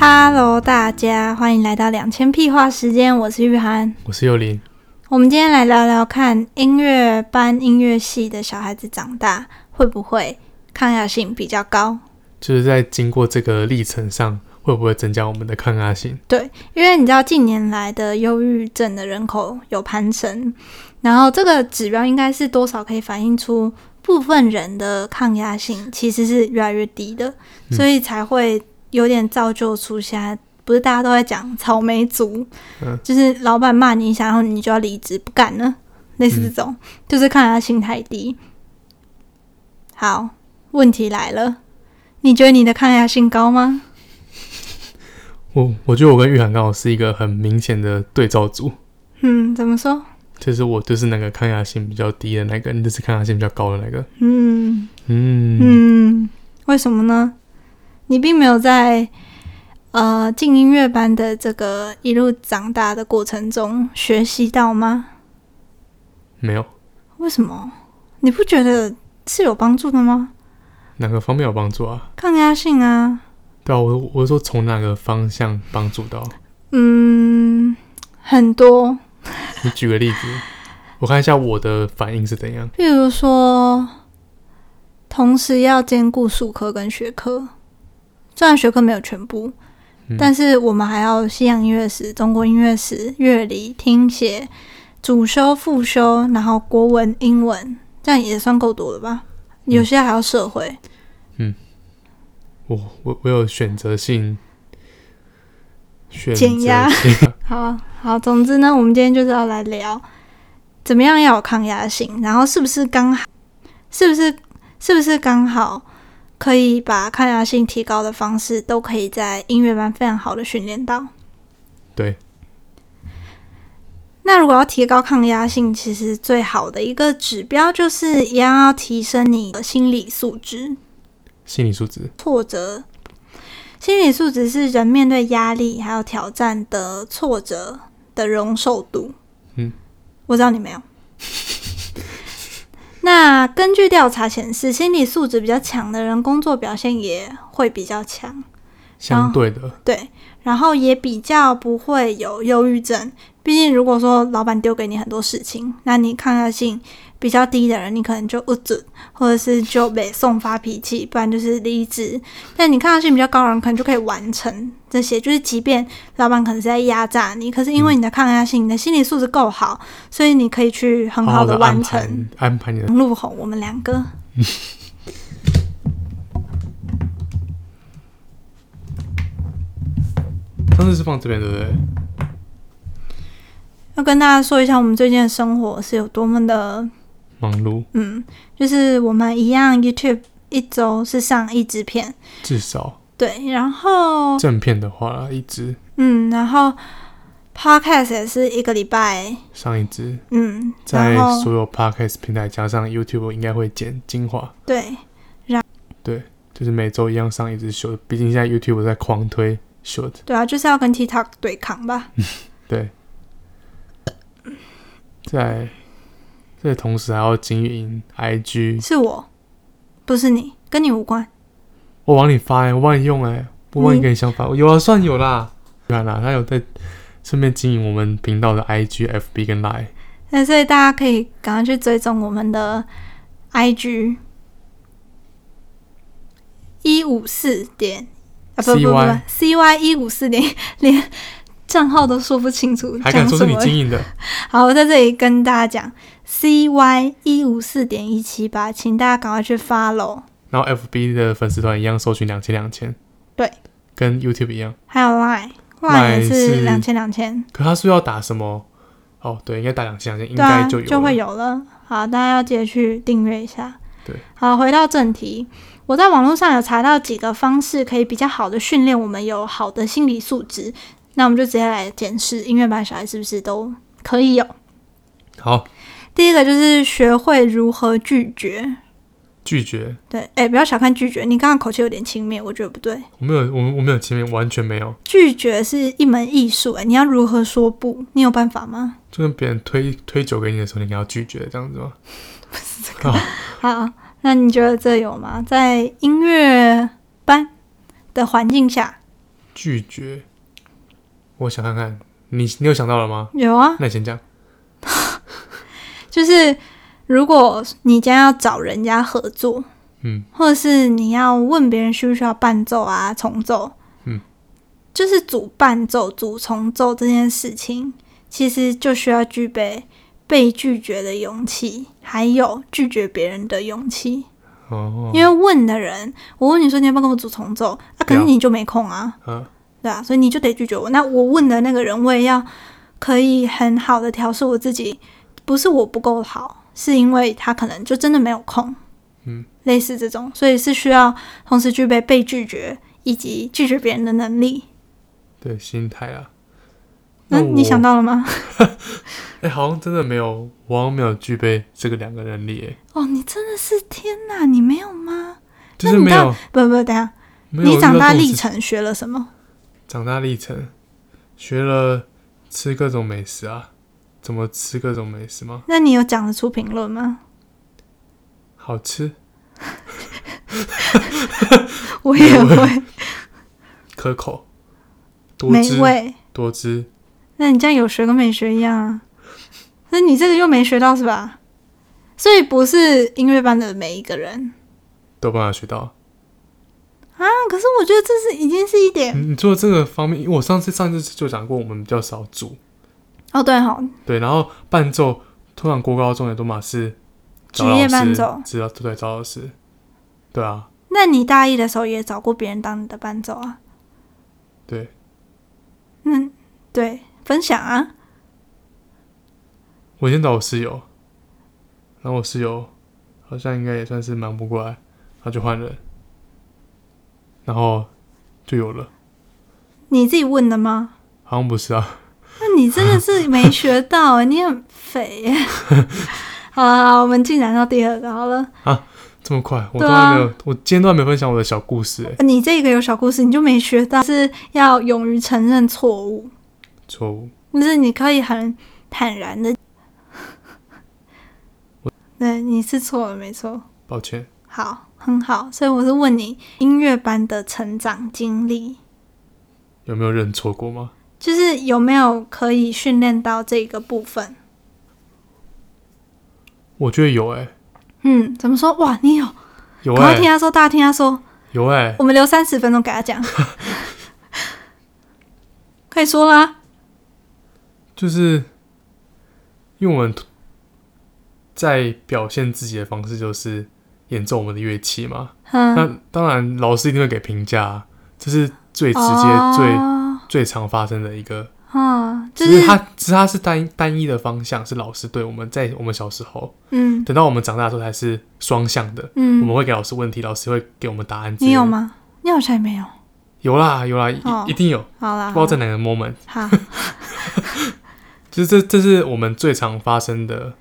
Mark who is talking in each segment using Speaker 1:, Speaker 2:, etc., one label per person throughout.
Speaker 1: Hello，大家欢迎来到两千屁话时间，我是玉涵。
Speaker 2: 我是幽灵，
Speaker 1: 我们今天来聊聊看音乐班、音乐系的小孩子长大会不会抗压性比较高？
Speaker 2: 就是在经过这个历程上，会不会增加我们的抗压性？
Speaker 1: 因为你知道近年来的忧郁症的人口有攀升，然后这个指标应该是多少可以反映出部分人的抗压性其实是越来越低的，
Speaker 2: 嗯
Speaker 1: 所以才会有点造就出现在。不是大家都在讲草莓族，
Speaker 2: 嗯
Speaker 1: 就是老板骂你一下，然后你就要离职不干了，类似这种，
Speaker 2: 嗯
Speaker 1: 就是抗压性太低。好，问题来了，你觉得你的抗压性高吗？
Speaker 2: 我我觉得我跟玉涵刚好是一个很明显的对照组，
Speaker 1: 嗯，怎么说？
Speaker 2: 就是我就是那个抗压性比较低的那个，你就是抗压性比较高的那个。
Speaker 1: 嗯，
Speaker 2: 嗯，
Speaker 1: 嗯，为什么呢？你并没有在呃进音乐班的这个一路长大的过程中学习到吗？
Speaker 2: 没有
Speaker 1: 为什么？你不觉得是有帮助的吗？
Speaker 2: 哪个方面有帮助啊？
Speaker 1: 抗压性啊，
Speaker 2: 对啊，我我是说从哪个方向帮助到？
Speaker 1: 嗯，很多，
Speaker 2: 你举个例子，我看一下我的反应是怎样。
Speaker 1: 譬如说，同时要兼顾术科跟学科，虽然学科没有全部，
Speaker 2: 嗯
Speaker 1: 但是我们还要西洋音乐史、中国音乐史、乐理、听写、主修、副修，然后国文、英文，这样也算够多了吧？
Speaker 2: 嗯
Speaker 1: 有些还要社会，
Speaker 2: 我我我有选择性选择
Speaker 1: 减压
Speaker 2: 性
Speaker 1: 好好，总之呢，我们今天就是要来聊怎么样要有抗压性，然后是不是刚好，是不是是不是刚好可以把抗压性提高的方式，都可以在音乐班非常好的训练到。
Speaker 2: 对。
Speaker 1: 那如果要提高抗压性，其实最好的一个指标就是一样要提升你的心理素质。
Speaker 2: 心理素质。
Speaker 1: 挫折。心理素质是人面对压力还有挑战的挫折的容受度。
Speaker 2: 嗯，
Speaker 1: 我知道你没有。 那根据调查显示，心理素质比较强的人，工作表现也会比较强，哦
Speaker 2: 相对的，
Speaker 1: 对，然后也比较不会有忧郁症。毕竟，如果说老板丢给你很多事情，那你抗压性比较低的人，你可能就不准，或者是就被送发脾气，不然就是离职。但你抗压性比较高的人，可能就可以完成这些。就是即便老板可能是在压榨你，可是因为你的抗压性、你的心理素质够好，所以你可以去很好
Speaker 2: 好
Speaker 1: 的
Speaker 2: 的
Speaker 1: 完
Speaker 2: 安
Speaker 1: 成。
Speaker 2: 排安排你的。
Speaker 1: 录红我们两个。
Speaker 2: 上次是放这边对不对？
Speaker 1: 要跟大家说一下，我们最近的生活是有多么的
Speaker 2: 忙碌
Speaker 1: 嗯，就是我们一样 YouTube 一周是上一支片，
Speaker 2: 至少
Speaker 1: 对，然后
Speaker 2: 正片的话啦，一支
Speaker 1: 嗯，然后 Podcast 也是一个礼拜，
Speaker 2: 上一支，
Speaker 1: 嗯，
Speaker 2: 在
Speaker 1: 然后
Speaker 2: 所有 podcast 平台加上 YouTube 应该会剪精华，
Speaker 1: 对
Speaker 2: 就是每周一样上一支 short。毕竟现在 YouTube 在狂推 short，
Speaker 1: 对啊，就是要跟 TikTok 对抗吧，
Speaker 2: 对，在这同时还要经营 IG，
Speaker 1: 是我，不是你，跟你无关。
Speaker 2: 我往你发哎、我帮你用哎、我帮你给你想法，有啊，算有啦，当然啦，他有在顺便经营我们频道的 IG、FB 跟 Line。
Speaker 1: 那所以大家可以赶快去追踪我们的 IG 一五四点啊，不不不
Speaker 2: CY
Speaker 1: ，CY 一五四点， 连账号都说不清楚，
Speaker 2: 还
Speaker 1: 讲
Speaker 2: 敢说
Speaker 1: 什
Speaker 2: 是你
Speaker 1: 么？
Speaker 2: 经营的？
Speaker 1: 好，我在这里跟大家讲 CY 一五四点一七八，请大家赶快去 follow，
Speaker 2: 然后 FB 的粉丝团一样，搜寻两千两千，
Speaker 1: 对，
Speaker 2: 跟 YouTube 一样。
Speaker 1: 还有 Line。Line 也是
Speaker 2: Line 是
Speaker 1: 两千两千，
Speaker 2: 可他说要打什么？哦，对，应该打两千两千，应
Speaker 1: 对啊，
Speaker 2: 该
Speaker 1: 就
Speaker 2: 有、
Speaker 1: 会
Speaker 2: 有。
Speaker 1: 有了。好，大家要记得去订阅一下。
Speaker 2: 对，
Speaker 1: 好，回到正题，我在网络上有查到几个方式可以比较好的训练我们有好的心理素质，那我们就直接来检视音乐班小孩是不是都可以有。
Speaker 2: 好，
Speaker 1: 第一个就是学会如何拒绝。
Speaker 2: 拒绝，
Speaker 1: 对，哎、不要小看拒绝，你刚刚口气有点轻蔑，我觉得不对。
Speaker 2: 我没有，我我没有前面完全没有，
Speaker 1: 拒绝是一门艺术，哎，你要如何说不？你有办法吗？
Speaker 2: 就跟别人推推酒给你的时候，你应该要拒绝这样子吗？
Speaker 1: 好，那你觉得这有吗？在音乐班的环境下，
Speaker 2: 拒绝，我想看看你，你有想到了吗？
Speaker 1: 有啊，
Speaker 2: 那你先讲。
Speaker 1: 就是如果你将要找人家合作，
Speaker 2: 嗯，
Speaker 1: 或者是你要问别人需不需要伴奏啊、重奏，
Speaker 2: 嗯，
Speaker 1: 就是组伴奏、组重奏这件事情，其实就需要具备被拒绝的勇气，还有拒绝别人的勇气。
Speaker 2: 哦，
Speaker 1: 因为问的人，我问你说你要不要跟我组重奏啊，可
Speaker 2: 对
Speaker 1: 是
Speaker 2: 啊
Speaker 1: 你就没空啊，
Speaker 2: 嗯
Speaker 1: 对啊，所以你就得拒绝我。那我问的那个人，我也要可以很好的调试我自己，不是我不够好，是因为他可能就真的没有空，
Speaker 2: 嗯，
Speaker 1: 类似这种，所以是需要同时具备被拒绝以及拒绝别人的能力。
Speaker 2: 对，心态啊。
Speaker 1: 那
Speaker 2: 我
Speaker 1: 你想？到了吗？
Speaker 2: 哎、好像真的没有，我好像没有具备这个两个能力，哎，
Speaker 1: 哦，你真的是天哪，你没有吗？
Speaker 2: 就
Speaker 1: 那
Speaker 2: 是
Speaker 1: 你
Speaker 2: 没
Speaker 1: 到
Speaker 2: 有，
Speaker 1: 不不，等一下，
Speaker 2: 没有
Speaker 1: 你长大
Speaker 2: 那种
Speaker 1: 历
Speaker 2: 是
Speaker 1: 程学了什么？
Speaker 2: 长大历程，学了吃各种美食啊，怎么吃各种美食吗？
Speaker 1: 那你有讲得出评论吗？
Speaker 2: 好吃，
Speaker 1: 我也
Speaker 2: 美
Speaker 1: 会
Speaker 2: 可口，多
Speaker 1: 美
Speaker 2: 汁，
Speaker 1: 味。
Speaker 2: 多汁，
Speaker 1: 那你这样有学跟没学一样啊？那你这个又没学到是吧？所以不是音乐班的每一个人
Speaker 2: 都有办法学到。
Speaker 1: 啊。可是我觉得这是已经是一点、
Speaker 2: 你你做这个方面，因为我上次上次就讲过，我们比较少煮，
Speaker 1: 哦，对哈，
Speaker 2: 对，然后伴奏通常国高中也都嘛是找
Speaker 1: 职
Speaker 2: 老
Speaker 1: 业
Speaker 2: 师
Speaker 1: 伴奏
Speaker 2: 知道对找老师，对啊，
Speaker 1: 那你大一的时候也找过别人当你的伴奏啊？
Speaker 2: 对，
Speaker 1: 嗯，对，分享啊。
Speaker 2: 我先找我室友，然后我室友好像应该也算是忙不过来，他就换人，然后就有了，
Speaker 1: 你自己问的吗？
Speaker 2: 好像不是啊，
Speaker 1: 那你真的是没学到、欸你很肥耶。 好了，好了我们进展到第二个好了。
Speaker 2: 这么快，我
Speaker 1: 对
Speaker 2: 都
Speaker 1: 啊
Speaker 2: 还没有，我今天都还没分享我的小故事、欸，
Speaker 1: 你这个有小故事，你就没学到，是要勇于承认错误。
Speaker 2: 错误，
Speaker 1: 就是你可以很坦然的，对，你是错了，没错，
Speaker 2: 抱歉，
Speaker 1: 好，很好，所以我是问你音乐班的成长经历，
Speaker 2: 有没有认错过吗？
Speaker 1: 就是有没有可以训练到这个部分？
Speaker 2: 我觉得有、欸，哎，
Speaker 1: 嗯，怎么说？哇，你有，
Speaker 2: 有
Speaker 1: 赶快
Speaker 2: 哎、
Speaker 1: 听他说，大家听他说，
Speaker 2: 有哎、
Speaker 1: 我们留三十分钟给他讲，可以说啦。
Speaker 2: 就是因为我们在表现自己的方式就是演奏我们的乐器嘛。
Speaker 1: 嗯，
Speaker 2: 那当然，老师一定会给评价啊，这是最直接、
Speaker 1: 哦
Speaker 2: 最最常发生的一个。
Speaker 1: 嗯，就
Speaker 2: 只是
Speaker 1: 是
Speaker 2: 它，只是它是单单一的方向，是老师对我们在我们小时候，
Speaker 1: 嗯
Speaker 2: 等到我们长大的时候才是双向的。我们
Speaker 1: 嗯，
Speaker 2: 会给老师问题，老师会给我们答案之类
Speaker 1: 你
Speaker 2: 的。
Speaker 1: 有吗？你好像也没有。
Speaker 2: 有啦，有啦，一、
Speaker 1: 哦
Speaker 2: 一定有。
Speaker 1: 好
Speaker 2: 不
Speaker 1: 啦，
Speaker 2: 知道在哪个 moment，
Speaker 1: 好，
Speaker 2: 就是这这是我们最常发生的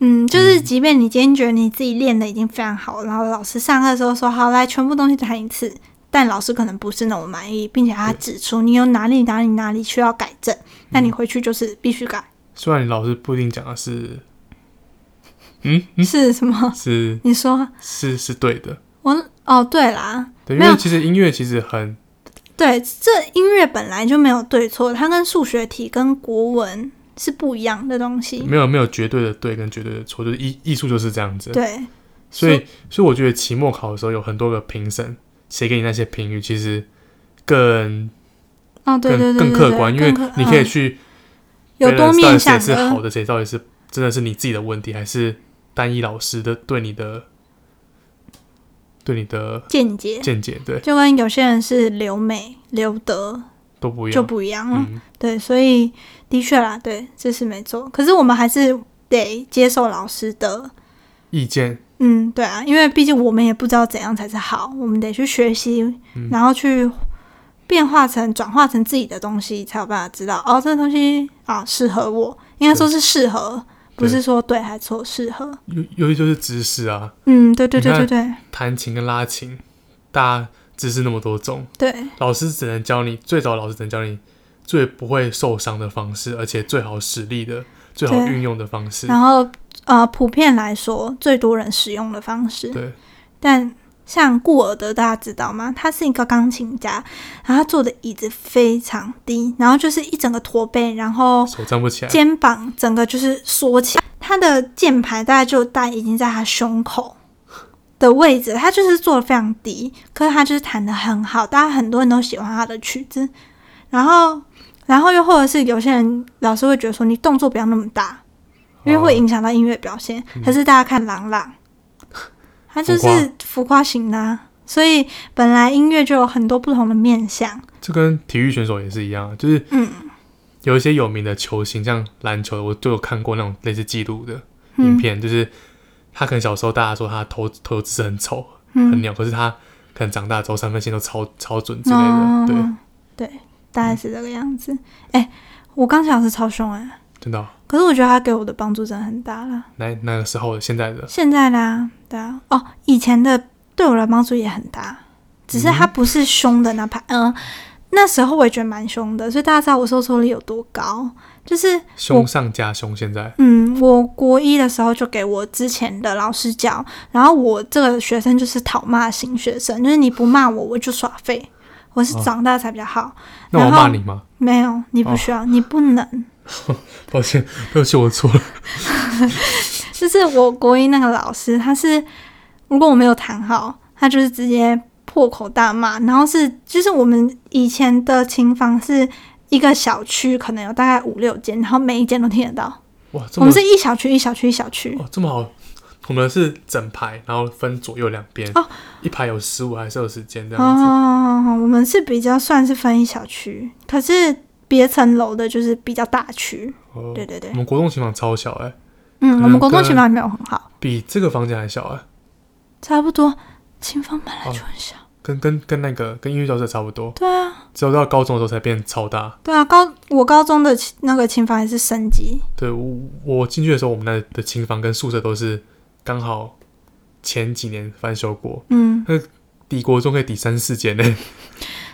Speaker 1: 嗯，就是即便你今天觉得你自己练的已经非常好，然后老师上课的时候说好来全部东西弹一次，但老师可能不是那么满意，并且他
Speaker 2: 对
Speaker 1: 指出你有哪里哪里哪里需要改正，那
Speaker 2: 嗯
Speaker 1: 你回去就是必须改。
Speaker 2: 虽然你老师不一定讲的是，嗯，
Speaker 1: 是什么？
Speaker 2: 是
Speaker 1: 你说
Speaker 2: 是是对的，
Speaker 1: 我哦，对啦，
Speaker 2: 对，因
Speaker 1: 没有
Speaker 2: 为其实音乐其实很
Speaker 1: 对，这音乐本来就没有对错，它跟数学题跟国文是不一样的东西。
Speaker 2: 没有没有绝对的对跟绝对的错，就是艺艺术就是这样子。
Speaker 1: 对，
Speaker 2: 所以所以我觉得期末考的时候有很多个评审写给你那些评语，其实更
Speaker 1: 哦，对对
Speaker 2: 更
Speaker 1: 对
Speaker 2: 更
Speaker 1: 对
Speaker 2: 客
Speaker 1: 对
Speaker 2: 观，因为
Speaker 1: 更客
Speaker 2: 你可以
Speaker 1: 嗯
Speaker 2: 去
Speaker 1: 有
Speaker 2: balance
Speaker 1: 多
Speaker 2: 到
Speaker 1: 面
Speaker 2: 底
Speaker 1: 向
Speaker 2: 谁是好
Speaker 1: 的，
Speaker 2: 的，谁到底是真的是你自己的问题，还是单一老师的对你的对你的
Speaker 1: 见解，
Speaker 2: 见解，对，
Speaker 1: 就跟有些人是留美留德
Speaker 2: 都不一
Speaker 1: 就
Speaker 2: 样。
Speaker 1: 不一样了。
Speaker 2: 嗯，
Speaker 1: 对，所以的确啦，对，这是没错。可是我们还是得接受老师的，
Speaker 2: 意见
Speaker 1: 嗯，对啊，因为毕竟我们也不知道怎样才是好，我们得去学习，
Speaker 2: 嗯
Speaker 1: 然后去变化成、转化成自己的东西，才有办法知道哦，这个东西啊适合我，应该说是适合，不是说对还错，适合。
Speaker 2: 尤尤其就是知识啊，
Speaker 1: 嗯，对对对对
Speaker 2: 你
Speaker 1: 对
Speaker 2: 弹琴跟拉琴，大家知识那么多种，
Speaker 1: 对，
Speaker 2: 老师只能教你最早老师只能教你最不会受伤的方式，而且最好使力的、最好运用的方式。
Speaker 1: 然后呃，普遍来说，最多人使用的方式，
Speaker 2: 对，
Speaker 1: 但像顾尔德，大家知道吗？他是一个钢琴家，然后他坐的椅子非常低，然后就是一整个驼背，然后
Speaker 2: 手站不起来，
Speaker 1: 肩膀整个就是缩起来，他的键盘大概就大已经在他胸口的位置，他就是做的非常低，可是他就是弹的很好，大家很多人都喜欢他的曲子，然后然后又或者是有些人老师会觉得说你动作不要那么大，因为会
Speaker 2: 哦
Speaker 1: 影响到音乐表现。
Speaker 2: 嗯
Speaker 1: 可是大家看朗朗，他就
Speaker 2: 浮夸
Speaker 1: 是浮夸型的啊、所以本来音乐就有很多不同的面向。
Speaker 2: 这跟体育选手也是一样，就是
Speaker 1: 嗯
Speaker 2: 有一些有名的球星，像篮球，我就有看过那种类似记录的
Speaker 1: 嗯
Speaker 2: 影片，就是他可能小时候大家说他投投姿势很丑、很
Speaker 1: 嗯，
Speaker 2: 鸟，可是他可能长大之后三分线都超超准之类的，
Speaker 1: 哦
Speaker 2: 对，
Speaker 1: 对大概是这个样子。哎、我刚想是超凶哎、
Speaker 2: 真的哦、
Speaker 1: 可是我觉得他给我的帮助真的很大啦。
Speaker 2: 那那个时候现在的
Speaker 1: 现在啦，对啊，哦，以前的对我的帮助也很大，只是
Speaker 2: 嗯
Speaker 1: 他不是凶的那盘，嗯、那时候我也觉得蛮凶的，所以大家知道我收缩力有多高，就是
Speaker 2: 凶上加凶，现在
Speaker 1: 嗯，我国一的时候就给我之前的老师教，然后我这个学生就是讨骂型学生，就是你不骂我，我就耍废。我是
Speaker 2: 哦
Speaker 1: 长大才比较好，
Speaker 2: 那我要
Speaker 1: 然后
Speaker 2: 骂你吗？
Speaker 1: 没有你不
Speaker 2: 哦
Speaker 1: 需要，你不能。
Speaker 2: 抱歉，对不起，我错了。
Speaker 1: 就是我国一那个老师，他是如果我没有弹好，他就是直接破口大骂，然后是就是我们以前的琴房是一个小区，可能有大概五六间，然后每一间都听得到。
Speaker 2: 哇，这
Speaker 1: 我
Speaker 2: 么
Speaker 1: 们是一小区一小区一小区，
Speaker 2: 哦这么好，我们是整排，然后分左右两边，
Speaker 1: 哦
Speaker 2: 一排有十五还是二十间这样子。
Speaker 1: 哦，我们是比较算是分一小区，可是别层楼的就是比较大区。
Speaker 2: 哦
Speaker 1: 对对对
Speaker 2: 我，们国栋琴房超小哎、可
Speaker 1: 嗯，
Speaker 2: 能
Speaker 1: 我们国中
Speaker 2: 跟
Speaker 1: 琴房也没有很好，
Speaker 2: 比这个房间还小哎、
Speaker 1: 差不多。琴房本来
Speaker 2: 哦
Speaker 1: 就很小。
Speaker 2: 跟跟跟那个跟音乐教室差不多，
Speaker 1: 对啊，
Speaker 2: 只有到高中的时候才变超大。
Speaker 1: 对啊，高我高中的琴那个琴房也是升级。
Speaker 2: 对我我进去的时候，我们那的琴房跟宿舍都是刚好前几年翻修过，
Speaker 1: 嗯，
Speaker 2: 抵国中可以抵三四间呢、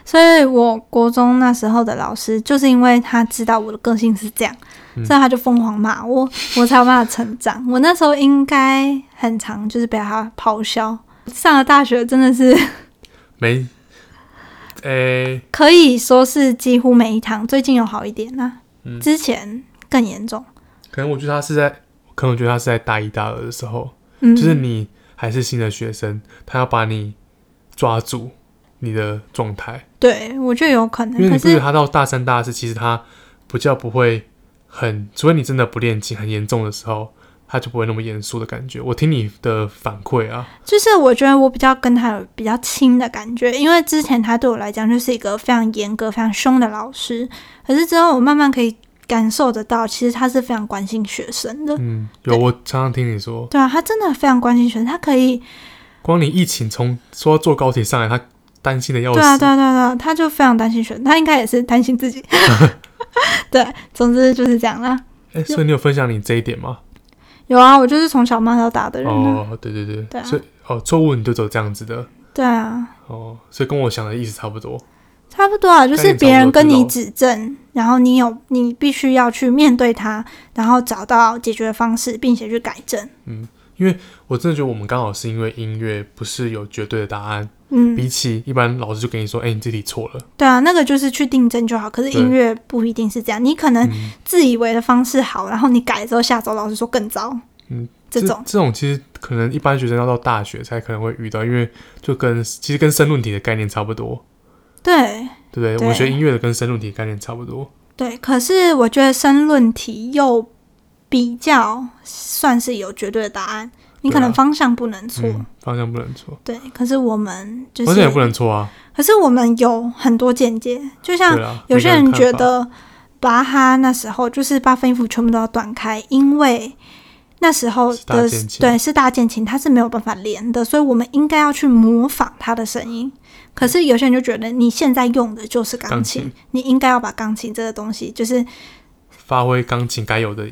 Speaker 1: 所以我国中那时候的老师，就是因为他知道我的个性是这样，
Speaker 2: 嗯
Speaker 1: 所以他就疯狂骂我，我才有办法成长。我那时候应该很常就是被他咆哮。上了大学真的是
Speaker 2: 没，诶、
Speaker 1: 可以说是几乎每一堂，最近有好一点啦、
Speaker 2: 嗯
Speaker 1: 之前更严重。
Speaker 2: 可能我觉得他是在，可能我觉得他是在大一大二的时候，
Speaker 1: 嗯，
Speaker 2: 就是你还是新的学生，他要把你抓住你的状态，
Speaker 1: 对我觉得有可
Speaker 2: 因为
Speaker 1: 能，
Speaker 2: 你
Speaker 1: 嗯可
Speaker 2: 不觉得
Speaker 1: 是
Speaker 2: 他到大三、大四，其实他不叫不会很，除非你真的不练琴很严重的时候，他就不会那么严肃的感觉。我听你的反馈啊，
Speaker 1: 就是我觉得我比较跟他有比较亲的感觉，因为之前他对我来讲就是一个非常严格、非常凶的老师，可是之后我慢慢可以感受得到，其实他是非常关心学生的。
Speaker 2: 嗯，有我常常听你说，
Speaker 1: 对啊，他真的非常关心学生，他可以，
Speaker 2: 光你疫情从说要坐高铁上来，他担心的要死。
Speaker 1: 对啊，对啊，对啊，对啊，他就非常担心学生，他应该也是担心 自己。对，总之就是这样啦。
Speaker 2: 诶所以你有分享你这一点吗？
Speaker 1: 有啊，我就是从小骂到大的人啊。
Speaker 2: 哦，对对对，
Speaker 1: 对啊
Speaker 2: 所以哦，错误你就走这样子的
Speaker 1: 对啊，
Speaker 2: 哦，所以跟我想的意思差不多。
Speaker 1: 差不多啊，就是别人跟
Speaker 2: 概
Speaker 1: 你
Speaker 2: 念差不多
Speaker 1: 指正，然后你有你必须要去面对它，然后找到解决方式，并且去改正。
Speaker 2: 我真的觉得我们刚好是因为音乐不是有绝对的答案，
Speaker 1: 嗯，
Speaker 2: 比起一般老师就跟你说，哎、你这题错了，
Speaker 1: 对啊，那个就是去订正就好。可是
Speaker 2: 对
Speaker 1: 音乐不一定是这样，你可能
Speaker 2: 嗯
Speaker 1: 自以为的方式好，然后你改之后下周老师说更糟，
Speaker 2: 嗯，
Speaker 1: 这种
Speaker 2: 这种其实可能一般学生要到大学才可能会遇到，因为就跟其实跟申论题的概念差不多，
Speaker 1: 对
Speaker 2: 对不对？
Speaker 1: 对
Speaker 2: 我们学音乐的跟申论题的概念差不多，
Speaker 1: 对。可是我觉得申论题又比较算是有绝对的答案，你
Speaker 2: 对啊
Speaker 1: 可能方向不能错。
Speaker 2: 嗯，方向不能错，
Speaker 1: 对，可是我们就
Speaker 2: 方
Speaker 1: 是
Speaker 2: 向也不能错啊，
Speaker 1: 可是我们有很多见解，就像
Speaker 2: 对啊，
Speaker 1: 有些人
Speaker 2: 每个
Speaker 1: 觉
Speaker 2: 看法，
Speaker 1: 得巴哈那时候就是八分音符全部都要断开，因为那时候
Speaker 2: 是大
Speaker 1: 的
Speaker 2: 键琴
Speaker 1: 对是大键琴，它是没有办法连的，所以我们应该要去模仿它的声音。可是有些人就觉得你现在用的就是钢琴，
Speaker 2: 钢琴
Speaker 1: 你应该要把钢琴这个东西就是
Speaker 2: 发挥钢琴该有的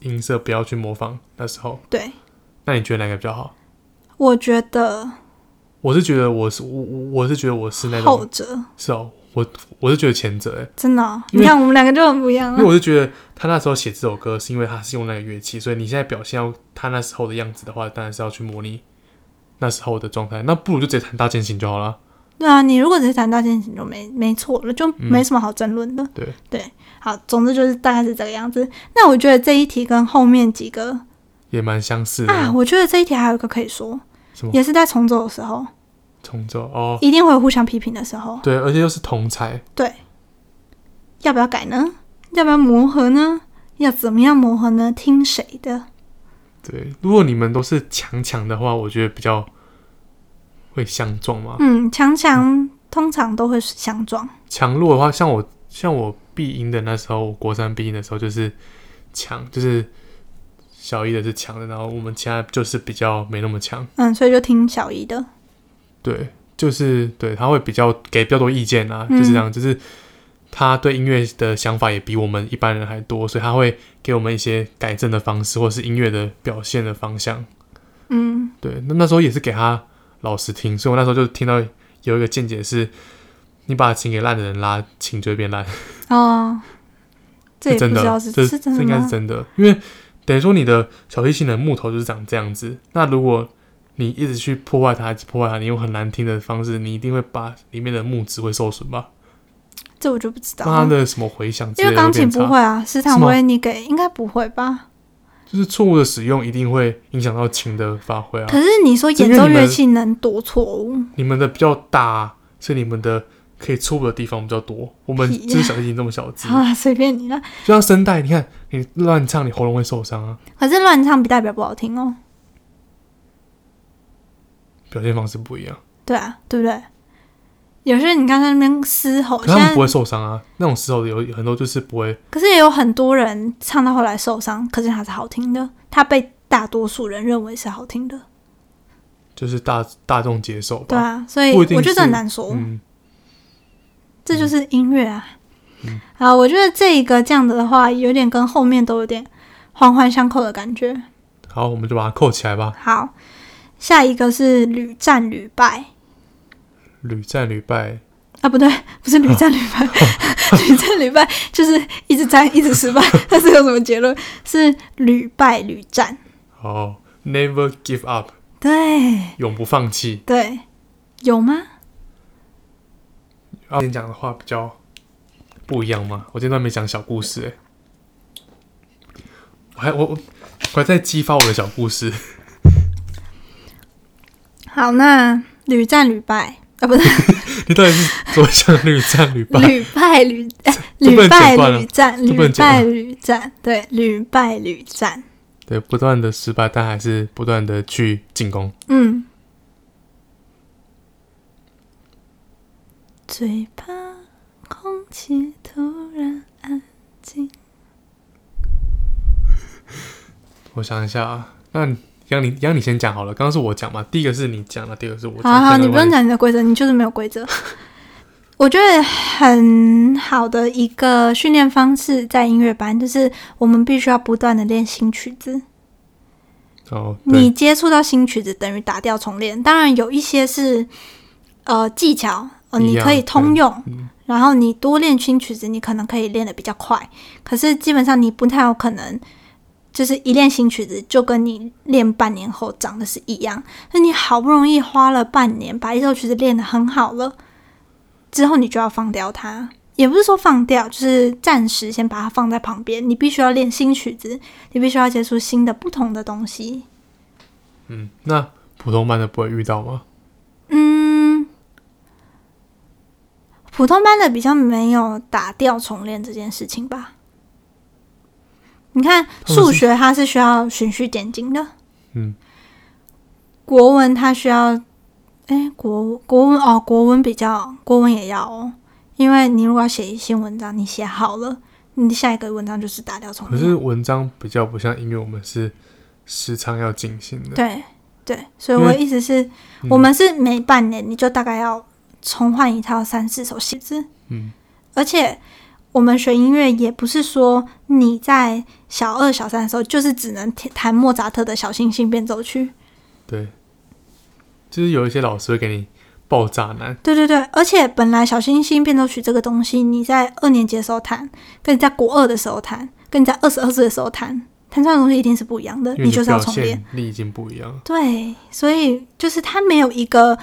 Speaker 2: 音色，不要去模仿那时候。
Speaker 1: 对。
Speaker 2: 那你觉得哪个比较好？
Speaker 1: 我觉得
Speaker 2: 我是觉得我是我我我是觉得我是那
Speaker 1: 后
Speaker 2: 种
Speaker 1: 者
Speaker 2: 是哦，我我是觉得前者哎、
Speaker 1: 真的哦、
Speaker 2: 因
Speaker 1: 你
Speaker 2: 为
Speaker 1: 看我们两个就很不一样啊
Speaker 2: 因为
Speaker 1: 了。
Speaker 2: 我就觉得他那时候写这首歌是因为他是用那个乐器，所以你现在表现要他那时候的样子的话，当然是要去模拟那时候的状态，那不如就直接弹大键琴就好了。
Speaker 1: 对啊，你如果只是谈大键琴就没没错了，就没什么好争论的。
Speaker 2: 嗯对
Speaker 1: 对，好，总之就是大概是这个样子。那我觉得这一题跟后面几个
Speaker 2: 也蛮相似的。
Speaker 1: 啊，我觉得这一题还有一个可以说
Speaker 2: 什么，
Speaker 1: 也是在重奏的时候，
Speaker 2: 重奏哦，
Speaker 1: 一定会有互相批评的时候，
Speaker 2: 对，而且又是同才，
Speaker 1: 要不要改呢？要不要磨合呢？要怎么样磨合呢？听谁的？
Speaker 2: 对。如果你们都是强强的话，我觉得比较会相撞嘛。
Speaker 1: 嗯，强强通常都会相撞。
Speaker 2: 强弱的话，像我像我必赢的那时候，我国三必赢的时候就是强，就是小一的是强的，然后我们其他就是比较没那么强，
Speaker 1: 嗯，所以就听小姨的。
Speaker 2: 对，就是对他会比较给比较多意见啊，
Speaker 1: 嗯
Speaker 2: 就是这样，就是他对音乐的想法也比我们一般人还多，所以他会给我们一些改正的方式，或是音乐的表现的方向。
Speaker 1: 嗯
Speaker 2: 对，那那时候也是给他老师听，所以我那时候就听到有一个见解是，你把琴给烂的人拉，琴就会变烂。
Speaker 1: 哦，这
Speaker 2: 是
Speaker 1: 也
Speaker 2: 真
Speaker 1: 不知道
Speaker 2: 的，
Speaker 1: 是
Speaker 2: 这
Speaker 1: 是真的
Speaker 2: 应该
Speaker 1: 吗
Speaker 2: 是？真的，因为等于说你的小提琴的木头就是长这样子。那如果你一直去破坏它，一直破坏它，你用很难听的方式，你一定会把里面的木质会受损吧？
Speaker 1: 这我就不知道
Speaker 2: 让它
Speaker 1: 了。
Speaker 2: 的什么回响之
Speaker 1: 哦因
Speaker 2: 类
Speaker 1: 为
Speaker 2: 的
Speaker 1: 钢
Speaker 2: 会
Speaker 1: 琴
Speaker 2: 变
Speaker 1: 不
Speaker 2: 差。
Speaker 1: 会啊，时常
Speaker 2: 是吗
Speaker 1: 不会你给，应该不会吧？
Speaker 2: 就是错误的使用一定会影响到琴的发挥啊。
Speaker 1: 可是你说
Speaker 2: 是
Speaker 1: 演
Speaker 2: 因为
Speaker 1: 奏
Speaker 2: 你
Speaker 1: 乐
Speaker 2: 们
Speaker 1: 器能多错误？
Speaker 2: 你们的比较大，啊所以你们的可以错误的地方比较多。我们
Speaker 1: 屁呀
Speaker 2: 就是小提琴这么小只，
Speaker 1: 好啦，啊随便你啦。
Speaker 2: 就像声带，你看你乱唱，你喉咙会受伤啊，
Speaker 1: 可是乱唱不代表不好听哦。
Speaker 2: 表现方式不一样。
Speaker 1: 对啊，对不对？有些人你刚才那边嘶吼，
Speaker 2: 可
Speaker 1: 现
Speaker 2: 他们
Speaker 1: 在
Speaker 2: 不会受伤啊，那种时候有很多就是不会
Speaker 1: 可是也有很多人唱到后来受伤，可是还是好听的，他被大多数人认为是好听的，
Speaker 2: 就是大大众接受吧。
Speaker 1: 对啊，所以
Speaker 2: 哦不一定
Speaker 1: 我觉得
Speaker 2: 是
Speaker 1: 很难说，
Speaker 2: 嗯，
Speaker 1: 这就是音乐啊。
Speaker 2: 嗯
Speaker 1: 啊，我觉得这一个这样子的话，有点跟后面都有点环环相扣的感觉。
Speaker 2: 好，我们就把它扣起来吧。
Speaker 1: 好，下一个是屡战屡败
Speaker 2: 屡战屡败，
Speaker 1: 啊，不对，不是屡战屡 败，屡战屡败就是一直战一直 失败，但是有什么结论？是屡败屡战，
Speaker 2: 哦，never give up，
Speaker 1: 对
Speaker 2: 永不放弃。
Speaker 1: 对，有吗？
Speaker 2: 啊，今天讲的话比较不一样嘛。我今天都还没讲小故事、欸，我还我我我还在激发我的小故事。
Speaker 1: 好，那屡战屡 败啊，不是
Speaker 2: 你到底是怎么想屡战屡败？
Speaker 1: 屡败屡哎
Speaker 2: 这
Speaker 1: 屡
Speaker 2: 不能
Speaker 1: 败
Speaker 2: 剪断啊
Speaker 1: 屡战，
Speaker 2: 这不
Speaker 1: 屡
Speaker 2: 能剪啊
Speaker 1: 败屡战，对，屡败屡战。
Speaker 2: 对，不断的失败，但还是不断的去进攻。
Speaker 1: 嗯，最怕空气突然安静。
Speaker 2: 我想一下啊，那杨你杨你先讲好了，刚刚是我讲嘛，第一个是你讲的，第二个是我讲。
Speaker 1: 好好，
Speaker 2: 再来
Speaker 1: 你不用
Speaker 2: 换
Speaker 1: 讲你的规则，你就是没有规则。 我觉得很好的一个训练方式在音乐班，就是我们必须要不断的练新曲子。
Speaker 2: 哦，对
Speaker 1: 你接触到新曲子，等于打掉重练。当然有一些是呃技巧，呃
Speaker 2: 一
Speaker 1: 你
Speaker 2: 样
Speaker 1: 可以通
Speaker 2: 对
Speaker 1: 用，
Speaker 2: 嗯
Speaker 1: 然后你多练新曲子，你可能可以练得比较快。可是基本上你不太有可能，就是一练新曲子就跟你练半年后长得是一样。那你好不容易花了半年把一首曲子练得很好了，之后你就要放掉它。也不是说放掉，就是暂时先把它放在旁边。你必须要练新曲子，你必须要接触新的、不同的东西。
Speaker 2: 嗯，那普通班的不会遇到吗？
Speaker 1: 嗯，普通班的比较没有打掉重练这件事情吧。你看
Speaker 2: 他们是
Speaker 1: 数学它是需要循序渐进的，
Speaker 2: 嗯，
Speaker 1: 国文它需要，哎、国国文哦，国文比较国文也要哦，因为你如果要写一篇文章，你写好了，你下一个文章就是打掉重
Speaker 2: 可
Speaker 1: 练。
Speaker 2: 是文章比较不像音乐，我们是时常要进行的。
Speaker 1: 对对，所以
Speaker 2: 因
Speaker 1: 我
Speaker 2: 为
Speaker 1: 的意思是，
Speaker 2: 嗯
Speaker 1: 我们是每半年你就大概要重换一套三四首曲子，
Speaker 2: 嗯，
Speaker 1: 而且我们学音乐也不是说你在小二、小三的时候就是只能弹弹莫扎特的小星星变奏曲，
Speaker 2: 对，就是有一些老师会给你爆炸难，
Speaker 1: 对对对，而且本来小星星变奏曲这个东西，你在二年级的时候弹，跟你在国二的时候弹，跟你在二十二岁的时候弹，弹唱的东西一定是不一样的，
Speaker 2: 因为
Speaker 1: 你就是要
Speaker 2: 表
Speaker 1: 重练。
Speaker 2: 现力已经不一样了。
Speaker 1: 对，所以就是他没有一个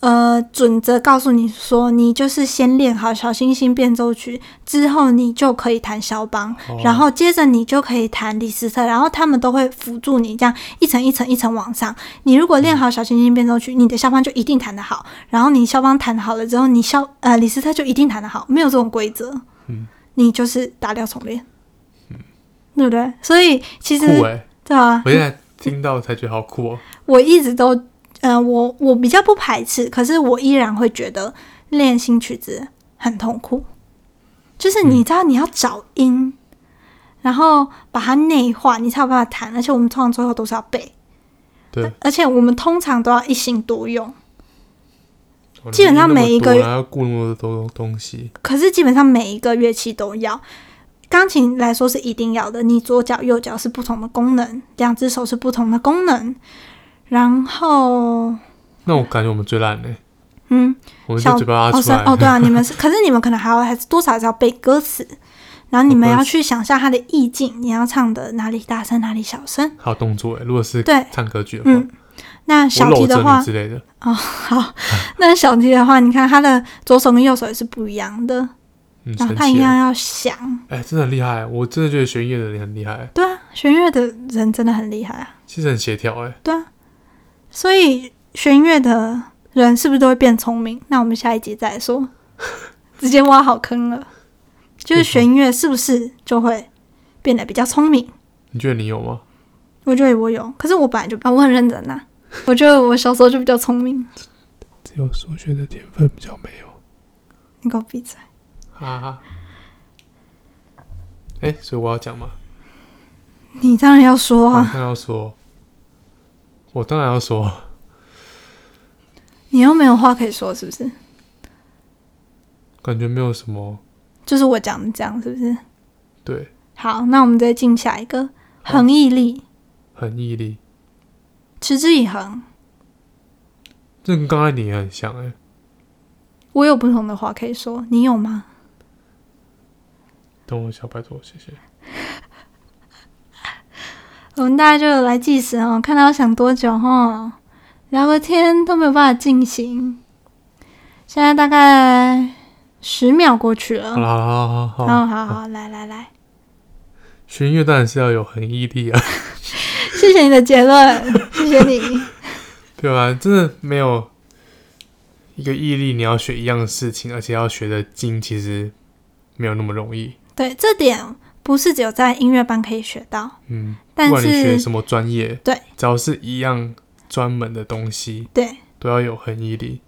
Speaker 1: 呃准则告诉你说，你就是先练好小星星变奏曲，之后你就可以弹肖邦，
Speaker 2: 哦
Speaker 1: 然后接着你就可以弹李斯特，然后他们都会辅助你这样一层一层一层往上。你如果练好小星星变奏曲，你的肖邦就一定弹得好，然后你肖邦弹好了之后，你肖呃李斯特就一定弹得好，没有这种规则。
Speaker 2: 嗯，
Speaker 1: 你就是打掉重练。嗯，对不对？所以其实
Speaker 2: 酷哎、
Speaker 1: 对啊，
Speaker 2: 我现在听到才觉得好酷哦、
Speaker 1: 我一直都，嗯、我我比较不排斥，可是我依然会觉得练新曲子很痛苦。就是你知道你要找音，然后把它内化，你才有办法弹。而且我们通常最后都是要背，
Speaker 2: 对，
Speaker 1: 而且我们通常都要一心多用。
Speaker 2: 哦
Speaker 1: 基本上每一个
Speaker 2: 你那么多还要顾那么多东西，
Speaker 1: 可是基本上每一个乐器都要。钢琴来说是一定要的，你左脚右脚是不同的功能，两只手是不同的功能。然后，
Speaker 2: 那我感觉我们最烂呢、
Speaker 1: 嗯，
Speaker 2: 我们
Speaker 1: 小
Speaker 2: 就嘴巴
Speaker 1: 哦，
Speaker 2: 拉
Speaker 1: 是
Speaker 2: 出来，
Speaker 1: 哦，对啊，你们是，可是你们可能还要还是多少还是要背歌词，然后你们
Speaker 2: 哦歌
Speaker 1: 要
Speaker 2: 词
Speaker 1: 去想象它的意境，你要唱的哪里大声哪里小声。
Speaker 2: 还有动作哎、如果是
Speaker 1: 对
Speaker 2: 唱歌剧的话，
Speaker 1: 嗯，那
Speaker 2: 我
Speaker 1: 小提
Speaker 2: 搂着
Speaker 1: 的话哦
Speaker 2: 你，之类的，
Speaker 1: 好，那小提的话，你看它的左手跟右手也是不一样的，
Speaker 2: 嗯，
Speaker 1: 然后
Speaker 2: 神
Speaker 1: 它一
Speaker 2: 奇欸。
Speaker 1: 样要想。
Speaker 2: 哎、真的很厉害欸，我真的觉得学音乐的人很厉害欸，
Speaker 1: 对啊，弦乐的人真的很厉害啊，
Speaker 2: 其实很协调哎。
Speaker 1: 对啊，所以弦乐的人是不是都会变聪明？那我们下一集再说，直接挖好坑了。就是弦乐是不是就会变得比较聪明？
Speaker 2: 你觉得你有吗？
Speaker 1: 我觉得我有，可是我本来就啊，我很认真呐、我觉得我小时候就比较聪明。
Speaker 2: 只有数学的天分比较没有。
Speaker 1: 你给我闭嘴！
Speaker 2: 哈哈。哎、所以我要讲吗？
Speaker 1: 你当然要说
Speaker 2: 我
Speaker 1: 啊，
Speaker 2: 当然要说，我当然要说，
Speaker 1: 你又没有话可以说，是不是？
Speaker 2: 感觉没有什么
Speaker 1: 就是我讲的这样，是不是？
Speaker 2: 对，
Speaker 1: 好，那我们再进下一个
Speaker 2: 好
Speaker 1: 恒毅力，
Speaker 2: 很毅力，
Speaker 1: 持之以恒。
Speaker 2: 这跟刚才你也很像哎、
Speaker 1: 我有不同的话可以说，你有吗？
Speaker 2: 等我一下，拜托，谢谢。
Speaker 1: 我们大家就来计时哦，看到要想多久哦，聊个天都没有办法进行。现在大概十秒过去了
Speaker 2: 好。啦，好好好好，
Speaker 1: 哦，好好，来来来，
Speaker 2: 学音乐当然是要有很毅力啊，
Speaker 1: 谢谢你的结论，谢谢你。
Speaker 2: 对吧？真的没有一个毅力，你要学一样的事情，而且要学的精，其实没有那么容易。
Speaker 1: 对，这点不是只有在音乐班可以学到，
Speaker 2: 嗯，不
Speaker 1: 但
Speaker 2: 管你学
Speaker 1: 是
Speaker 2: 什么专业，
Speaker 1: 对，
Speaker 2: 只要是一样专门的东西，
Speaker 1: 对，
Speaker 2: 都要有很毅力。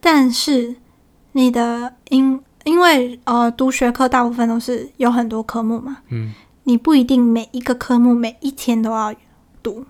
Speaker 1: 但是你的因因为呃读学科大部分都是有很多科目嘛，
Speaker 2: 嗯
Speaker 1: 你不一定每一个科目每一天都要读，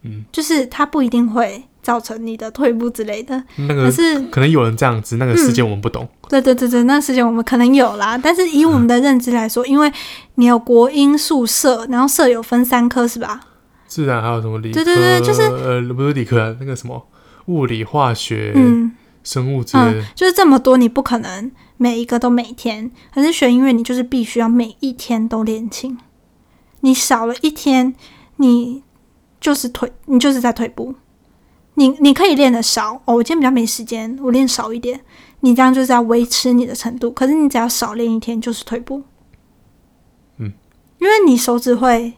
Speaker 2: 嗯，
Speaker 1: 就是它不一定会造成你的退步之类的。
Speaker 2: 那
Speaker 1: 可
Speaker 2: 个
Speaker 1: 是嗯
Speaker 2: 可能有人这样子，那个事件我们不懂。
Speaker 1: 对对对对，那时间我们可能有啦，但是以我们的认知来说，因为你有国音宿舍，然后舍有分三科是吧？
Speaker 2: 自然还有什么理
Speaker 1: 对
Speaker 2: 科？
Speaker 1: 对对就是
Speaker 2: 呃，不是理科啊，那个什么物理、化学、
Speaker 1: 嗯，
Speaker 2: 生物之类
Speaker 1: 嗯
Speaker 2: 的。，
Speaker 1: 就是这么多，你不可能每一个都每天。可是学音乐，你就是必须要每一天都练琴。你少了一天，你就是退，你就是在退步。你你可以练的少哦，我今天比较没时间，我练少一点。你这样就是要维持你的程度，可是你只要少练一天，就是退步。
Speaker 2: 嗯，
Speaker 1: 因为你手指会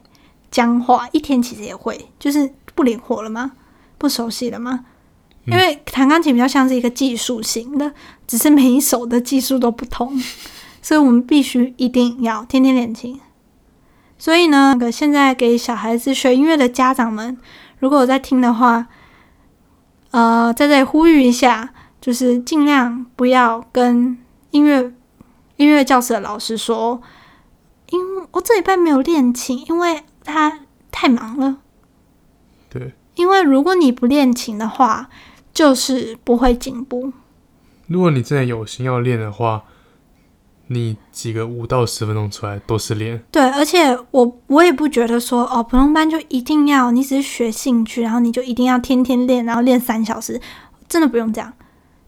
Speaker 1: 僵化，一天其实也会，就是不灵活了吗？不熟悉了吗？因为弹钢琴比较像是一个技术型的，只是每一首的技术都不同， 所以我们必须一定要天天练琴。所以呢，那个现在给小孩子学音乐的家长们，如果有在听的话，呃，在这里呼吁一下，就是尽量不要跟音乐音乐教室的老师说，因为我这礼拜没有练琴，因为他太忙了。
Speaker 2: 对，
Speaker 1: 因为如果你不练琴的话，就是不会进步。
Speaker 2: 如果你真的有心要练的话，你几个五到十分钟出来都是练。
Speaker 1: 对，而且我我也不觉得说哦，普通班就一定要你只是学兴趣，然后你就一定要天天练，然后练三小时，真的不用这样。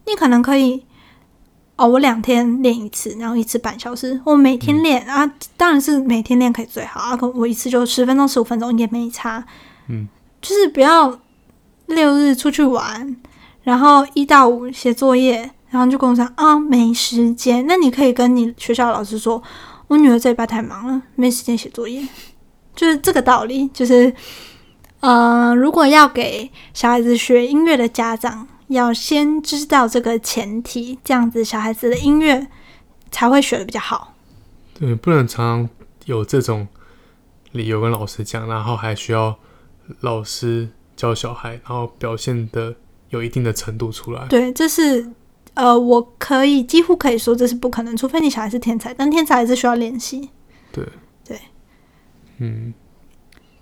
Speaker 1: 你可能可以哦，我两天练一次，然后一次半小时，我每天练、啊，当然是每天练可以最好啊，可我一次就十分钟、十五分钟也没差，
Speaker 2: 嗯，
Speaker 1: 就是不要六日出去玩，然后一到五写作业，然后就跟我讲啊没时间，那你可以跟你学校老师说，我女儿这礼拜太忙了，没时间写作业，就是这个道理，就是。呃，如果要给小孩子学音乐的家长，要先知道这个前提，这样子小孩子的音乐才会学的比较好。
Speaker 2: 对，不能常常有这种理由跟老师讲，然后还需要老师教小孩，然后表现的有一定的程度出来。
Speaker 1: 对，这是呃，我可以几乎可以说这是不可能，除非你小孩是天才，但天才还是需要练习。
Speaker 2: 嗯，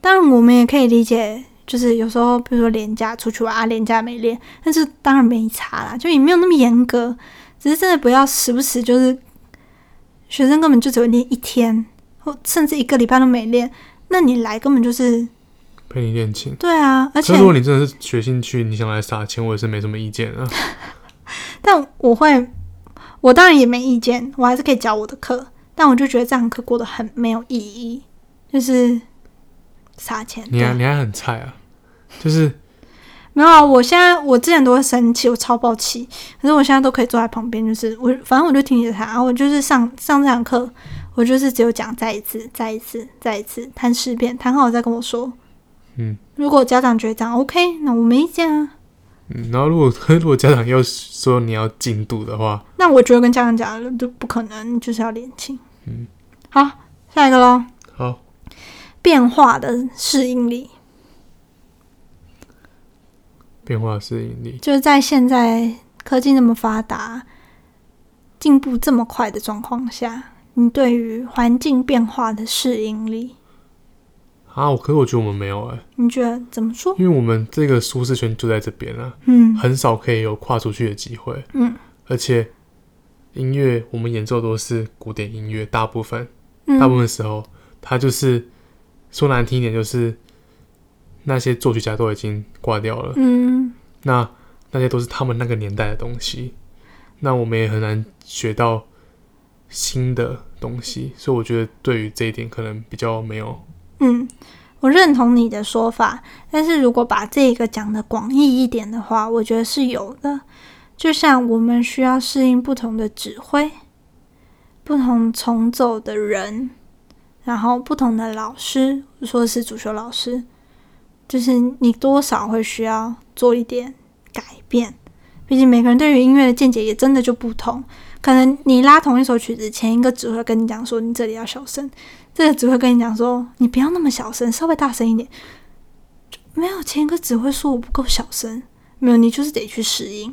Speaker 1: 当然，我们也可以理解，就是有时候比如说连假出去玩啊，连假没练，但是当然没差啦，就也没有那么严格，只是真的不要时不时就是学生根本就只会练一天，或甚至一个礼拜都没练，那你来根本就是
Speaker 2: 陪你练琴。
Speaker 1: 对啊，而且
Speaker 2: 可是如果你真的是学兴趣，你想来撒钱，我也是没什么意见啊。
Speaker 1: 但我会，我当然也没意见，我还是可以教我的课，但我就觉得这堂课过得很没有意义，就是撒钱。
Speaker 2: 你
Speaker 1: 对
Speaker 2: 还你还很菜啊，就是
Speaker 1: 没有啊，我现在我之前都会生气，我超爆气，可是我现在都可以坐在旁边，就是我反正我就听着他，我就是上上这堂课，我就是只有讲再一次、再一次、再一次谈十遍，谈好再跟我说。
Speaker 2: 嗯
Speaker 1: 如果家长觉得这样 OK，那我没意见啊。
Speaker 2: 嗯，然后如果如果家长要说你要进度的话，
Speaker 1: 那我觉得跟家长讲了就不可能，就是要联情。
Speaker 2: 嗯，
Speaker 1: 好，下一个喽。
Speaker 2: 好，
Speaker 1: 变化的适应力，
Speaker 2: 变化适应力，
Speaker 1: 就是在现在科技那么发达、进步这么快的状况下，你对于环境变化的适应力，
Speaker 2: 啊，我可是我觉得我们没有哎、
Speaker 1: 你觉得怎么说？
Speaker 2: 因为我们这个舒适圈就在这边啊，
Speaker 1: 嗯
Speaker 2: 很少可以有跨出去的机会。
Speaker 1: 嗯，
Speaker 2: 而且音乐我们演奏都是古典音乐，大部分大部
Speaker 1: 嗯，
Speaker 2: 分时候，它就是说难听一点，就是那些作曲家都已经挂掉了，
Speaker 1: 嗯，
Speaker 2: 那那些都是他们那个年代的东西，那我们也很难学到新的东西，所以我觉得对于这一点可能比较没有，
Speaker 1: 嗯，我认同你的说法，但是如果把这个讲的广义一点的话，我觉得是有的。就像我们需要适应不同的指挥、不同重奏的人，然后不同的老师，我说的是主修老师，就是你多少会需要做一点改变。毕竟每个人对于音乐的见解也真的就不同，可能你拉同一首曲子，前一个指挥跟你讲说你这里要小声，这个指挥跟你讲说，你不要那么小声，稍微大声一点。就没有前一个指挥说我不够小声，没有，你就是得去适应。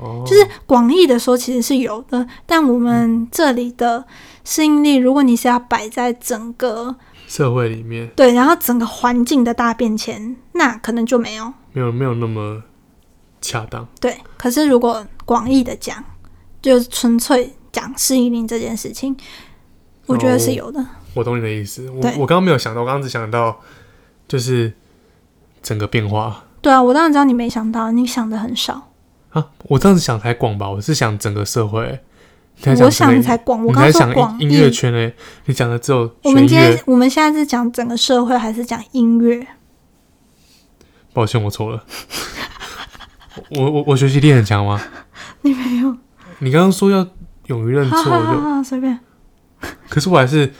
Speaker 2: 哦，
Speaker 1: 就是广义的说，其实是有的，但我们这里的适应力，如果你是要摆在整个
Speaker 2: 社会里面
Speaker 1: 对，然后整个环境的大变迁，那可能就没有。
Speaker 2: 没有没有那么恰当。
Speaker 1: 对，可是如果广义的讲，就是纯粹讲适应力这件事情，我觉得是有的。
Speaker 2: 我懂你的意思，我
Speaker 1: 对
Speaker 2: 我刚刚没有想到，我刚刚只想到就是整个变化
Speaker 1: 对啊，我当然知道你没想到，你想的很少。
Speaker 2: 啊，我这样子想才广吧，我是想整个社会、你才
Speaker 1: 我
Speaker 2: 整
Speaker 1: 想
Speaker 2: 个
Speaker 1: 的才广，我
Speaker 2: 你
Speaker 1: 刚刚
Speaker 2: 才
Speaker 1: 说
Speaker 2: 想
Speaker 1: 广
Speaker 2: 音
Speaker 1: 义。
Speaker 2: 音乐圈嘞、欸你讲的只有
Speaker 1: 我
Speaker 2: 学
Speaker 1: 们
Speaker 2: 音
Speaker 1: 今天
Speaker 2: 乐，
Speaker 1: 我们现在是讲整个社会，还是讲音乐？
Speaker 2: 抱歉，我错了。我我我学习力很强吗？
Speaker 1: 你没有，
Speaker 2: 你刚刚说要勇于认
Speaker 1: 好
Speaker 2: 错，
Speaker 1: 好
Speaker 2: 我
Speaker 1: 好
Speaker 2: 就
Speaker 1: 好，随便。
Speaker 2: 可是我还是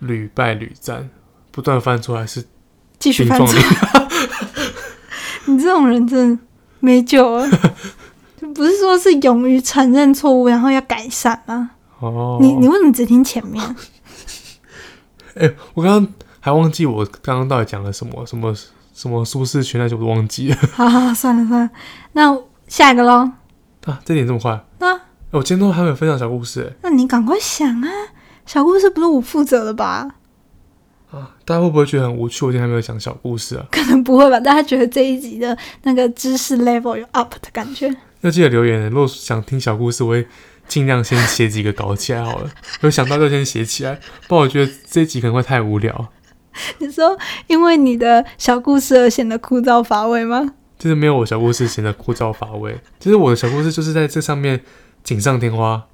Speaker 2: 屡败屡战，不断犯错，还是
Speaker 1: 继续
Speaker 2: 挺
Speaker 1: 犯
Speaker 2: 壮
Speaker 1: 错
Speaker 2: 烈。。
Speaker 1: 你这种人真的没救 了。就不是说是勇于承认错误，然后要改善吗？
Speaker 2: 哦，
Speaker 1: 你你为什么只听前 面？
Speaker 2: 我刚刚还忘记我刚刚到底讲了什么什么什么舒适圈那些我都忘记了
Speaker 1: 好好好，算了算了，那下一个喽。
Speaker 2: 啊！这点这么快？哎
Speaker 1: 那
Speaker 2: 我今天都还没有分享小故事
Speaker 1: 那你赶快想啊，小故事不是我负责的吧？
Speaker 2: 哎啊！大家会不会觉得很无趣？我今天还没有讲小故事啊！
Speaker 1: 可能不会吧？大家觉得这一集的那个知识 level 有 up 的感觉？
Speaker 2: 要记得留言。如果想听小故事，我会尽量先写几个搞起来好了。 有想到就先写起来，不然我觉得这一集可能会太无聊，
Speaker 1: 你说因为你的小故事而显得枯燥乏味吗？
Speaker 2: 就是没有我小故事显得枯燥乏味。就是我的小故事就是在这上面锦上添 花，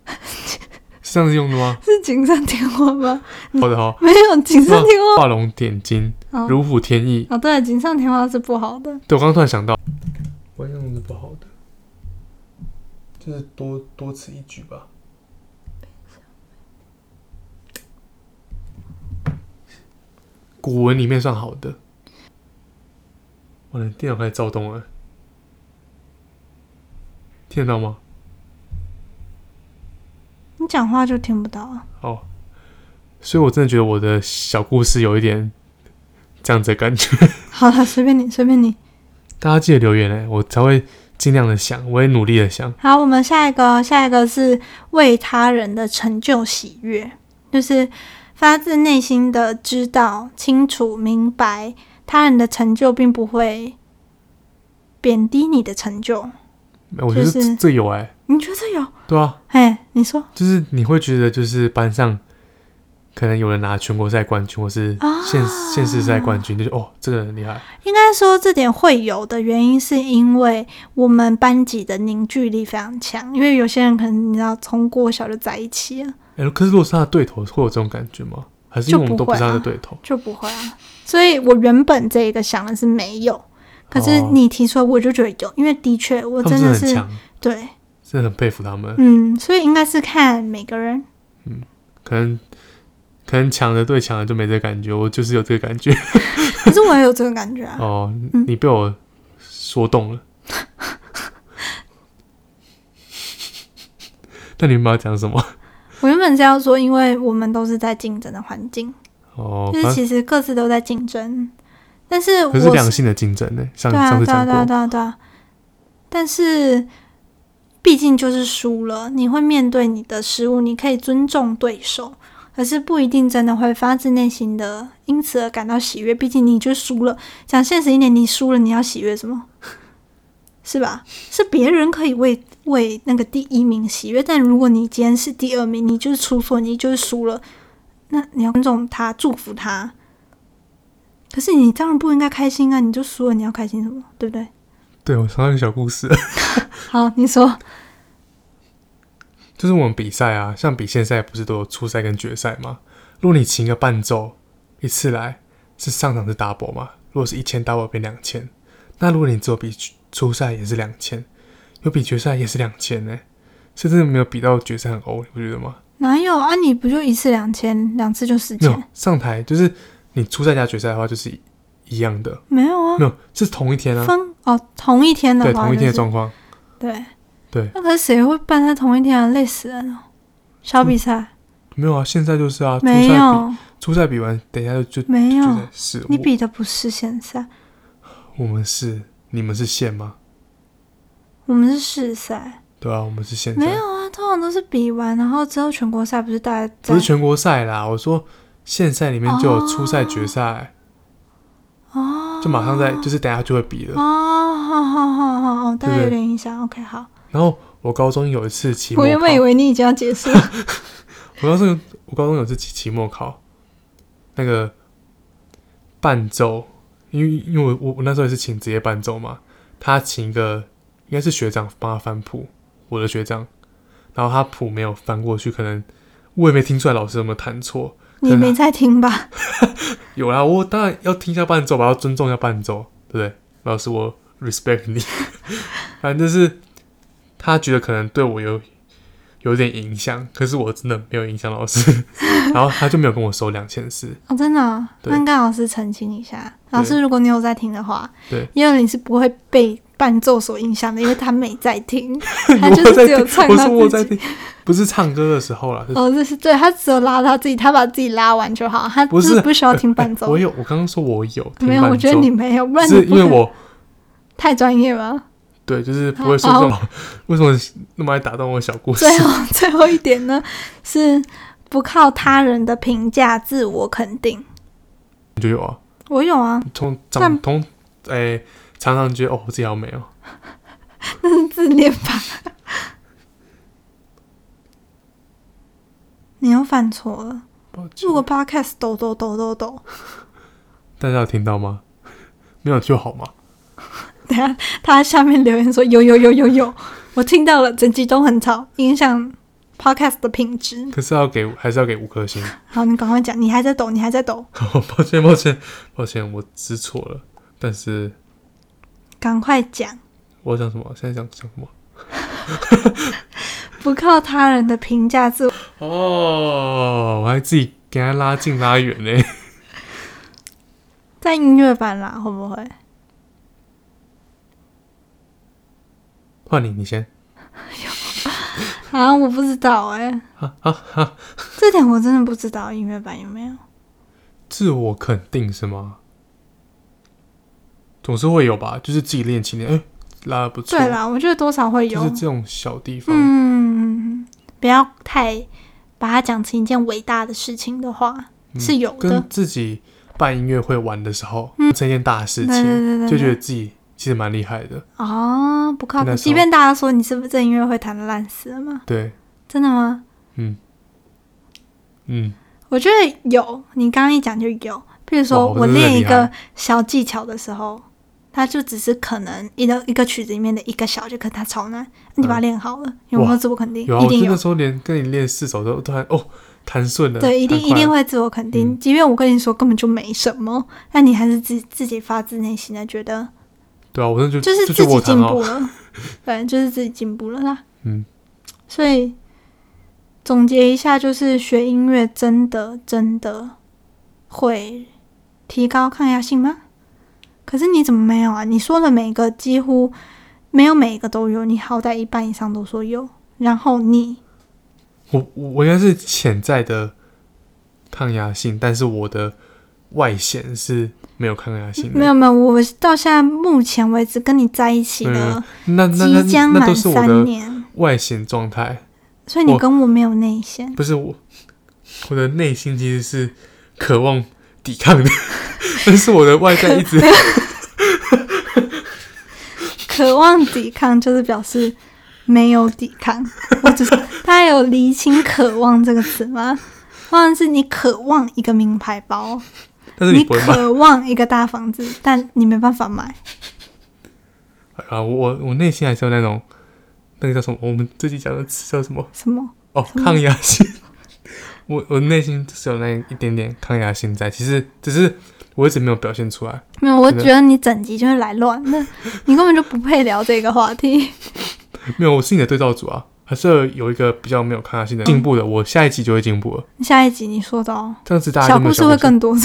Speaker 2: 是这样子用的吗？
Speaker 1: 是锦上添花吗？
Speaker 2: 好的好，
Speaker 1: 没有锦上添
Speaker 2: 画龙点睛，
Speaker 1: 花。哦，
Speaker 2: 如虎添翼。
Speaker 1: 哦对，锦上添花是不好的。
Speaker 2: 对我刚刚突然想到，我用的不好的，就是多多此一举吧。古文里面算好的，我的电脑开始躁动了，听得到吗？
Speaker 1: 你讲话就听不到啊。
Speaker 2: 哦，所以我真的觉得我的小故事有一点这样子的感觉。
Speaker 1: 好了，随便你，随便你。
Speaker 2: 大家记得留言哎，我才会尽量的想，我也努力的想。
Speaker 1: 好，我们下一个，下一个是为他人的成就喜悦，就是发自内心的知道、清楚、明白他人的成就，并不会贬低你的成就。
Speaker 2: 我觉得
Speaker 1: 就是
Speaker 2: 这这有哎，
Speaker 1: 你觉得有？
Speaker 2: 对啊，
Speaker 1: 哎，你说
Speaker 2: 就是你会觉得就是班上可能有人拿全国赛冠军，或是
Speaker 1: 啊
Speaker 2: 县县市赛冠军，就是哦，这个人厉害。
Speaker 1: 应该说这点会有的原因，是因为我们班级的凝聚力非常强，因为有些人可能你知道从国小就在一起了，
Speaker 2: 哎，可是如果是他的对头，会有这种感觉吗？还是因为我们都不是他的对头？
Speaker 1: 就不会啊。所以我原本这一个想的是没有，可是
Speaker 2: 哦
Speaker 1: 你提出来，我就觉得有，因为的确我
Speaker 2: 他
Speaker 1: 真
Speaker 2: 们真的
Speaker 1: 的
Speaker 2: 很
Speaker 1: 是
Speaker 2: 强，
Speaker 1: 对，
Speaker 2: 真的很佩服他们。
Speaker 1: 嗯，所以应该是看每个 人。
Speaker 2: 可能可能强的对强的就没这个感觉，我就是有这个 感觉。
Speaker 1: 可是我也有这个感觉啊，
Speaker 2: 哦，
Speaker 1: 嗯
Speaker 2: 你被我说 动了。那你们要讲什么？
Speaker 1: 我原本是要说，因为我们都是在竞争的环境，
Speaker 2: 哦，
Speaker 1: 就是
Speaker 2: 反正
Speaker 1: 其实各自都在竞争，但是我
Speaker 2: 可是良性的竞争呢、上
Speaker 1: 对啊，
Speaker 2: 上次
Speaker 1: 对啊，
Speaker 2: 讲
Speaker 1: 对啊，
Speaker 2: 过，
Speaker 1: 对啊，对啊。但是，毕竟就是输了，你会面对你的失误，你可以尊重对手，可是不一定真的会发自内心的因此而感到喜悦。毕竟你就输了，讲现实一点，你输了，你要喜悦什么？是吧？是别人可以为为那个第一名喜悦，但如果你今天是第二名，你就是出错，你就是输了，那你要尊重他，祝福他。可是你当然不应该开心啊！你就输了，你要开心什么？对不对？
Speaker 2: 对我想到一个小故事，
Speaker 1: 好，你说，
Speaker 2: 就是我们比赛啊，像比现在不是都有初赛跟决赛吗？如果你请一个伴奏一次来是上场是 double 嘛？如果是一千 double 变两千，那如果你只有比初赛也是两千，有比决赛也是两千呢，是真的没有比到决赛很欧，你不觉得吗？
Speaker 1: 哪有啊？你不就一次两千，两次就四
Speaker 2: 没有
Speaker 1: 千？
Speaker 2: 上台，就是你初赛加决赛的话，就是一样的，
Speaker 1: 没有啊，
Speaker 2: 没有是同一天啊，
Speaker 1: 分哦，同一天
Speaker 2: 对，
Speaker 1: 的话、就是，
Speaker 2: 同一天的状况，
Speaker 1: 对
Speaker 2: 对。
Speaker 1: 那可是谁会办在同一天啊？累死人了！小比赛、
Speaker 2: 没有啊，现在就是啊，初赛
Speaker 1: 没
Speaker 2: 比
Speaker 1: 有，
Speaker 2: 初赛比完，等一下就就就
Speaker 1: 没有
Speaker 2: 在，是，
Speaker 1: 你比的不是现赛，
Speaker 2: 我我们是你们是线吗？
Speaker 1: 我们是试赛，
Speaker 2: 对啊，我们是线赛，
Speaker 1: 没有啊，通常都是比完然后之后全国赛不是大家在
Speaker 2: 不是全国赛啦，我说县赛里面就有初赛、
Speaker 1: 哦
Speaker 2: 决赛，
Speaker 1: 哦，
Speaker 2: 就马上在就是等一下就会比了。
Speaker 1: 哦，好好好好好，大概
Speaker 2: 对不对
Speaker 1: 有点影响。OK，好，
Speaker 2: 然后我高中有一次期末
Speaker 1: 我
Speaker 2: 考，
Speaker 1: 原本以为你已经要结束 了，
Speaker 2: 我高中我高中有次期期末考，那个伴奏，因为因为我我我那时候也是请职业伴奏嘛，他请一个应该是学长帮他翻谱，我的学长，然后他谱没有翻过去，可能我也没听出来老师有没有弹错，
Speaker 1: 你没在听吧？
Speaker 2: 有啦，我当然要听一下伴奏吧，要尊重一下伴奏，对不对？老师，我 respect 你。 反正就是他觉得可能对我有有点影响，可是我真的没有影响 老师，然后他就没有跟我收两千四。
Speaker 1: 哦，真的、哦，
Speaker 2: 对
Speaker 1: 那跟老师澄清一下。
Speaker 2: 对
Speaker 1: 老师，如果你有在听的话，
Speaker 2: 对，
Speaker 1: 因为你是不会被伴奏所影响的，因为他没在 听， 他就
Speaker 2: 我
Speaker 1: 是
Speaker 2: 在
Speaker 1: 只有
Speaker 2: 听
Speaker 1: 唱
Speaker 2: 我说我
Speaker 1: 到
Speaker 2: 在
Speaker 1: 自己。
Speaker 2: 听，不是唱歌的时候啦，是
Speaker 1: 哦，这是对他只有拉到自己，他把自己拉完就好，他
Speaker 2: 不
Speaker 1: 就是不需要听伴奏。
Speaker 2: 我有，我刚刚说我有 听
Speaker 1: 没有，
Speaker 2: 伴
Speaker 1: 我觉得
Speaker 2: 奏
Speaker 1: 你没有，不然你
Speaker 2: 是
Speaker 1: 不
Speaker 2: 因为
Speaker 1: 可
Speaker 2: 我
Speaker 1: 太专业了。
Speaker 2: 对，就是不会说
Speaker 1: 好
Speaker 2: 这种、 为什么那么爱打动我的小故事。
Speaker 1: 最后 最后一点呢，是不靠他人的评价自我肯定。
Speaker 2: 你就有啊，
Speaker 1: 我有 啊，
Speaker 2: 从
Speaker 1: 但
Speaker 2: 长从诶、常常觉得哦，我自己好美哦。
Speaker 1: 那是自恋 吧？你又犯错了。
Speaker 2: 抱歉
Speaker 1: 录个 podcast 抖抖抖抖抖，
Speaker 2: 大家有听到吗？ 没有就好嘛。
Speaker 1: 等一下他下面留言说有有有有有，我听到了，整集都很吵，影响 podcast 的品质。
Speaker 2: 可是要给还是要给五颗星。
Speaker 1: 好，你赶快讲，你还在抖，你还在抖，
Speaker 2: 好， 抱歉，抱歉，抱歉，我知错了。但是
Speaker 1: 赶快讲。
Speaker 2: 我讲什么？现在讲讲什么？
Speaker 1: 不靠他人的评价自我，
Speaker 2: 哦，我还自己给他拉近拉远呢。
Speaker 1: 在音乐版啦，会不会？
Speaker 2: 换你，你先。
Speaker 1: 啊，我不知道哎、
Speaker 2: 啊啊啊！
Speaker 1: 这点我真的不知道音乐版有没有。
Speaker 2: 自我肯定是吗？总是会有吧，就是自己练琴练，哎、拉的不错，
Speaker 1: 对啦，我觉得多少会有
Speaker 2: 啊就。是这种小地方。
Speaker 1: 嗯，不要太把它讲成一件伟大的事情的话，
Speaker 2: 嗯
Speaker 1: 是有的
Speaker 2: 跟自己办音乐会玩的时候，
Speaker 1: 嗯
Speaker 2: 这件大事
Speaker 1: 对对
Speaker 2: 情，
Speaker 1: 对对，
Speaker 2: 就觉得
Speaker 1: 对
Speaker 2: 自己其实蛮厉害的。
Speaker 1: 哦，不靠
Speaker 2: 那
Speaker 1: 谱。
Speaker 2: 时候
Speaker 1: 即便大家说你是不是这音乐会弹的烂死了吗？
Speaker 2: 对，
Speaker 1: 真的吗？
Speaker 2: 嗯，
Speaker 1: 我觉得有，你刚刚一讲就有。比如说
Speaker 2: 哇
Speaker 1: 我
Speaker 2: 真的
Speaker 1: 练一
Speaker 2: 厉害
Speaker 1: 个小技巧的时候，它就只是可能一个一个曲子里面的一个小，就可能它超难，你把它练好了，有没
Speaker 2: 哇
Speaker 1: 有自我肯定？
Speaker 2: 有啊，
Speaker 1: 一
Speaker 2: 我
Speaker 1: 定
Speaker 2: 真
Speaker 1: 有
Speaker 2: 的。时候连跟你练四首都突然哦弹顺了，
Speaker 1: 对，一定
Speaker 2: 弹
Speaker 1: 一定
Speaker 2: 快嗯了。
Speaker 1: 会自我肯定，即便我跟你说根本就没什么，但你还是自自己发自内心的觉得，
Speaker 2: 对啊，我 真的就
Speaker 1: 就是自
Speaker 2: 就觉得
Speaker 1: 己
Speaker 2: 我
Speaker 1: 进
Speaker 2: 弹好
Speaker 1: 步，了， 对，就是自己进步了啦。
Speaker 2: 嗯，
Speaker 1: 所以总结一下，就是学音乐真的真的会提高抗压性吗？可是你怎么没有啊？你说的每个几乎没有每一个都有，你好歹一半以上都说有，然后你
Speaker 2: 我我我应该是潜在的抗压性，但是我的外显是没有抗压性的。
Speaker 1: 没有没有，我到现在目前为止跟你在一起的
Speaker 2: 那那嗯那
Speaker 1: 即将
Speaker 2: 那都
Speaker 1: 满
Speaker 2: 是我
Speaker 1: 三
Speaker 2: 的
Speaker 1: 年，
Speaker 2: 外显状态，
Speaker 1: 所以你
Speaker 2: 我
Speaker 1: 跟我没有内线。
Speaker 2: 不是我我的内心其实是渴望抵抗的， 但是我的外在 一直
Speaker 1: 渴望抵抗就是表示没有抵抗，我只是他有厘清“渴望”这个词吗？好像是你渴望一个名牌包，
Speaker 2: 但是
Speaker 1: 你
Speaker 2: 你不会骂
Speaker 1: 渴望一个大房子，但你没办法买。
Speaker 2: 啊，我我内心还是有那种那个叫什么，我们自己讲的词叫什么？
Speaker 1: 什么？
Speaker 2: 哦，抗压性。 我我内心是有那一点点抗压性在，其实只是我一直没有表现出来。
Speaker 1: 没有，我
Speaker 2: 真的
Speaker 1: 觉得你整集就是来乱的，你根本就不配聊这个话题。
Speaker 2: 没有，我是你的对照组啊，还是有一个比较没有抗压性的进步的，我下一集就会进步了。
Speaker 1: 下一集你说的哦，
Speaker 2: 这样子大家
Speaker 1: 小
Speaker 2: 就没
Speaker 1: 故
Speaker 2: 有
Speaker 1: 事会
Speaker 2: 过
Speaker 1: 更多。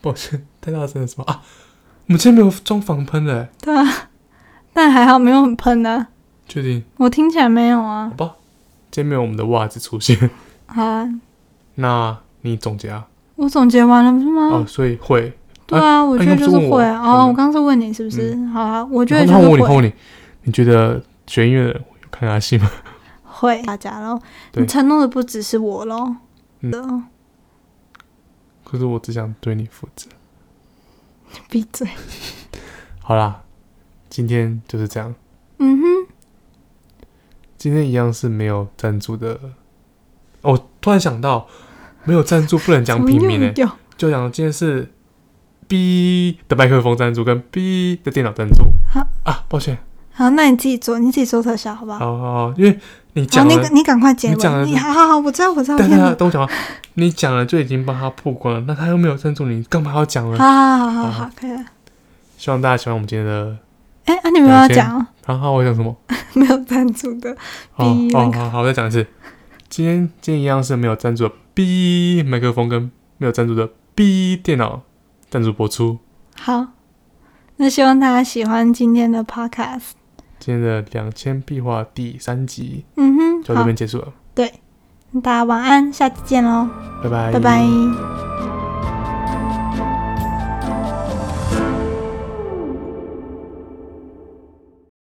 Speaker 2: 抱歉，太大声了是吗？啊，我们今天没有装防喷的、欸，
Speaker 1: 对啊，但还好没有很喷呢、
Speaker 2: 确定？
Speaker 1: 我听起来没有
Speaker 2: 好
Speaker 1: 啊。
Speaker 2: 吧，今天没有我们的袜子出现。
Speaker 1: 好啊，
Speaker 2: 那你总结啊？
Speaker 1: 我总结完了不是吗？
Speaker 2: 哦，所以会，
Speaker 1: 对
Speaker 2: 哎
Speaker 1: 啊，我觉得就是会啊。
Speaker 2: 啊
Speaker 1: 哦，
Speaker 2: 你
Speaker 1: 我
Speaker 2: 不
Speaker 1: 刚刚是问你是不是？好啊，我觉得
Speaker 2: 然
Speaker 1: 就
Speaker 2: 后
Speaker 1: 是
Speaker 2: 嗯哦我问你，
Speaker 1: 会
Speaker 2: 问你，你觉得学音乐的人有抗压性吗？
Speaker 1: 会大家喽。
Speaker 2: 对
Speaker 1: 你承诺的不只是我哦喽，
Speaker 2: 嗯
Speaker 1: 的
Speaker 2: 可是我只想对你负责。
Speaker 1: 闭嘴。
Speaker 2: 好啦，今天就是这样。
Speaker 1: 嗯哼，
Speaker 2: 今天一样是没有赞助的。哦，我突然想到，没有赞助不能讲
Speaker 1: 怎么
Speaker 2: 平民
Speaker 1: 又
Speaker 2: 诶、
Speaker 1: 有
Speaker 2: 就讲今天是 B 的麦克风赞助跟 B 的电脑赞助
Speaker 1: 好。
Speaker 2: 啊，抱歉，
Speaker 1: 好，那你自己做，你自己做特效，好不好？
Speaker 2: 好好好，因为你
Speaker 1: 好，
Speaker 2: 讲
Speaker 1: 你
Speaker 2: 了，
Speaker 1: 你赶快结
Speaker 2: 你讲了
Speaker 1: 尾。你好好好，我知道，我知道。
Speaker 2: 但
Speaker 1: 天
Speaker 2: 是
Speaker 1: 哪
Speaker 2: 他等我讲完，你讲了就已经帮他曝光了，那他又没有赞助你，干嘛要讲
Speaker 1: 好
Speaker 2: 了？
Speaker 1: 好好好
Speaker 2: 好
Speaker 1: 好，可以了。
Speaker 2: 希望大家喜欢我们今天的。
Speaker 1: 哎，啊，你们要
Speaker 2: 两千
Speaker 1: 讲哦
Speaker 2: 然后我讲什么？
Speaker 1: 没有赞助的？
Speaker 2: 哦
Speaker 1: B
Speaker 2: 哦，
Speaker 1: 麦克
Speaker 2: 好好，我再讲一次。今天今天一样是没有赞助的 B 麦克风跟没有赞助的 B 电脑赞助播出。
Speaker 1: 好，那希望大家喜欢今天的 podcast。
Speaker 2: 今天的两千壁画第三集
Speaker 1: 嗯哼，
Speaker 2: 就到这
Speaker 1: 好
Speaker 2: 边，结束了，
Speaker 1: 那大家晚安，下次见喽，
Speaker 2: 拜拜，
Speaker 1: 拜拜。
Speaker 2: 拜。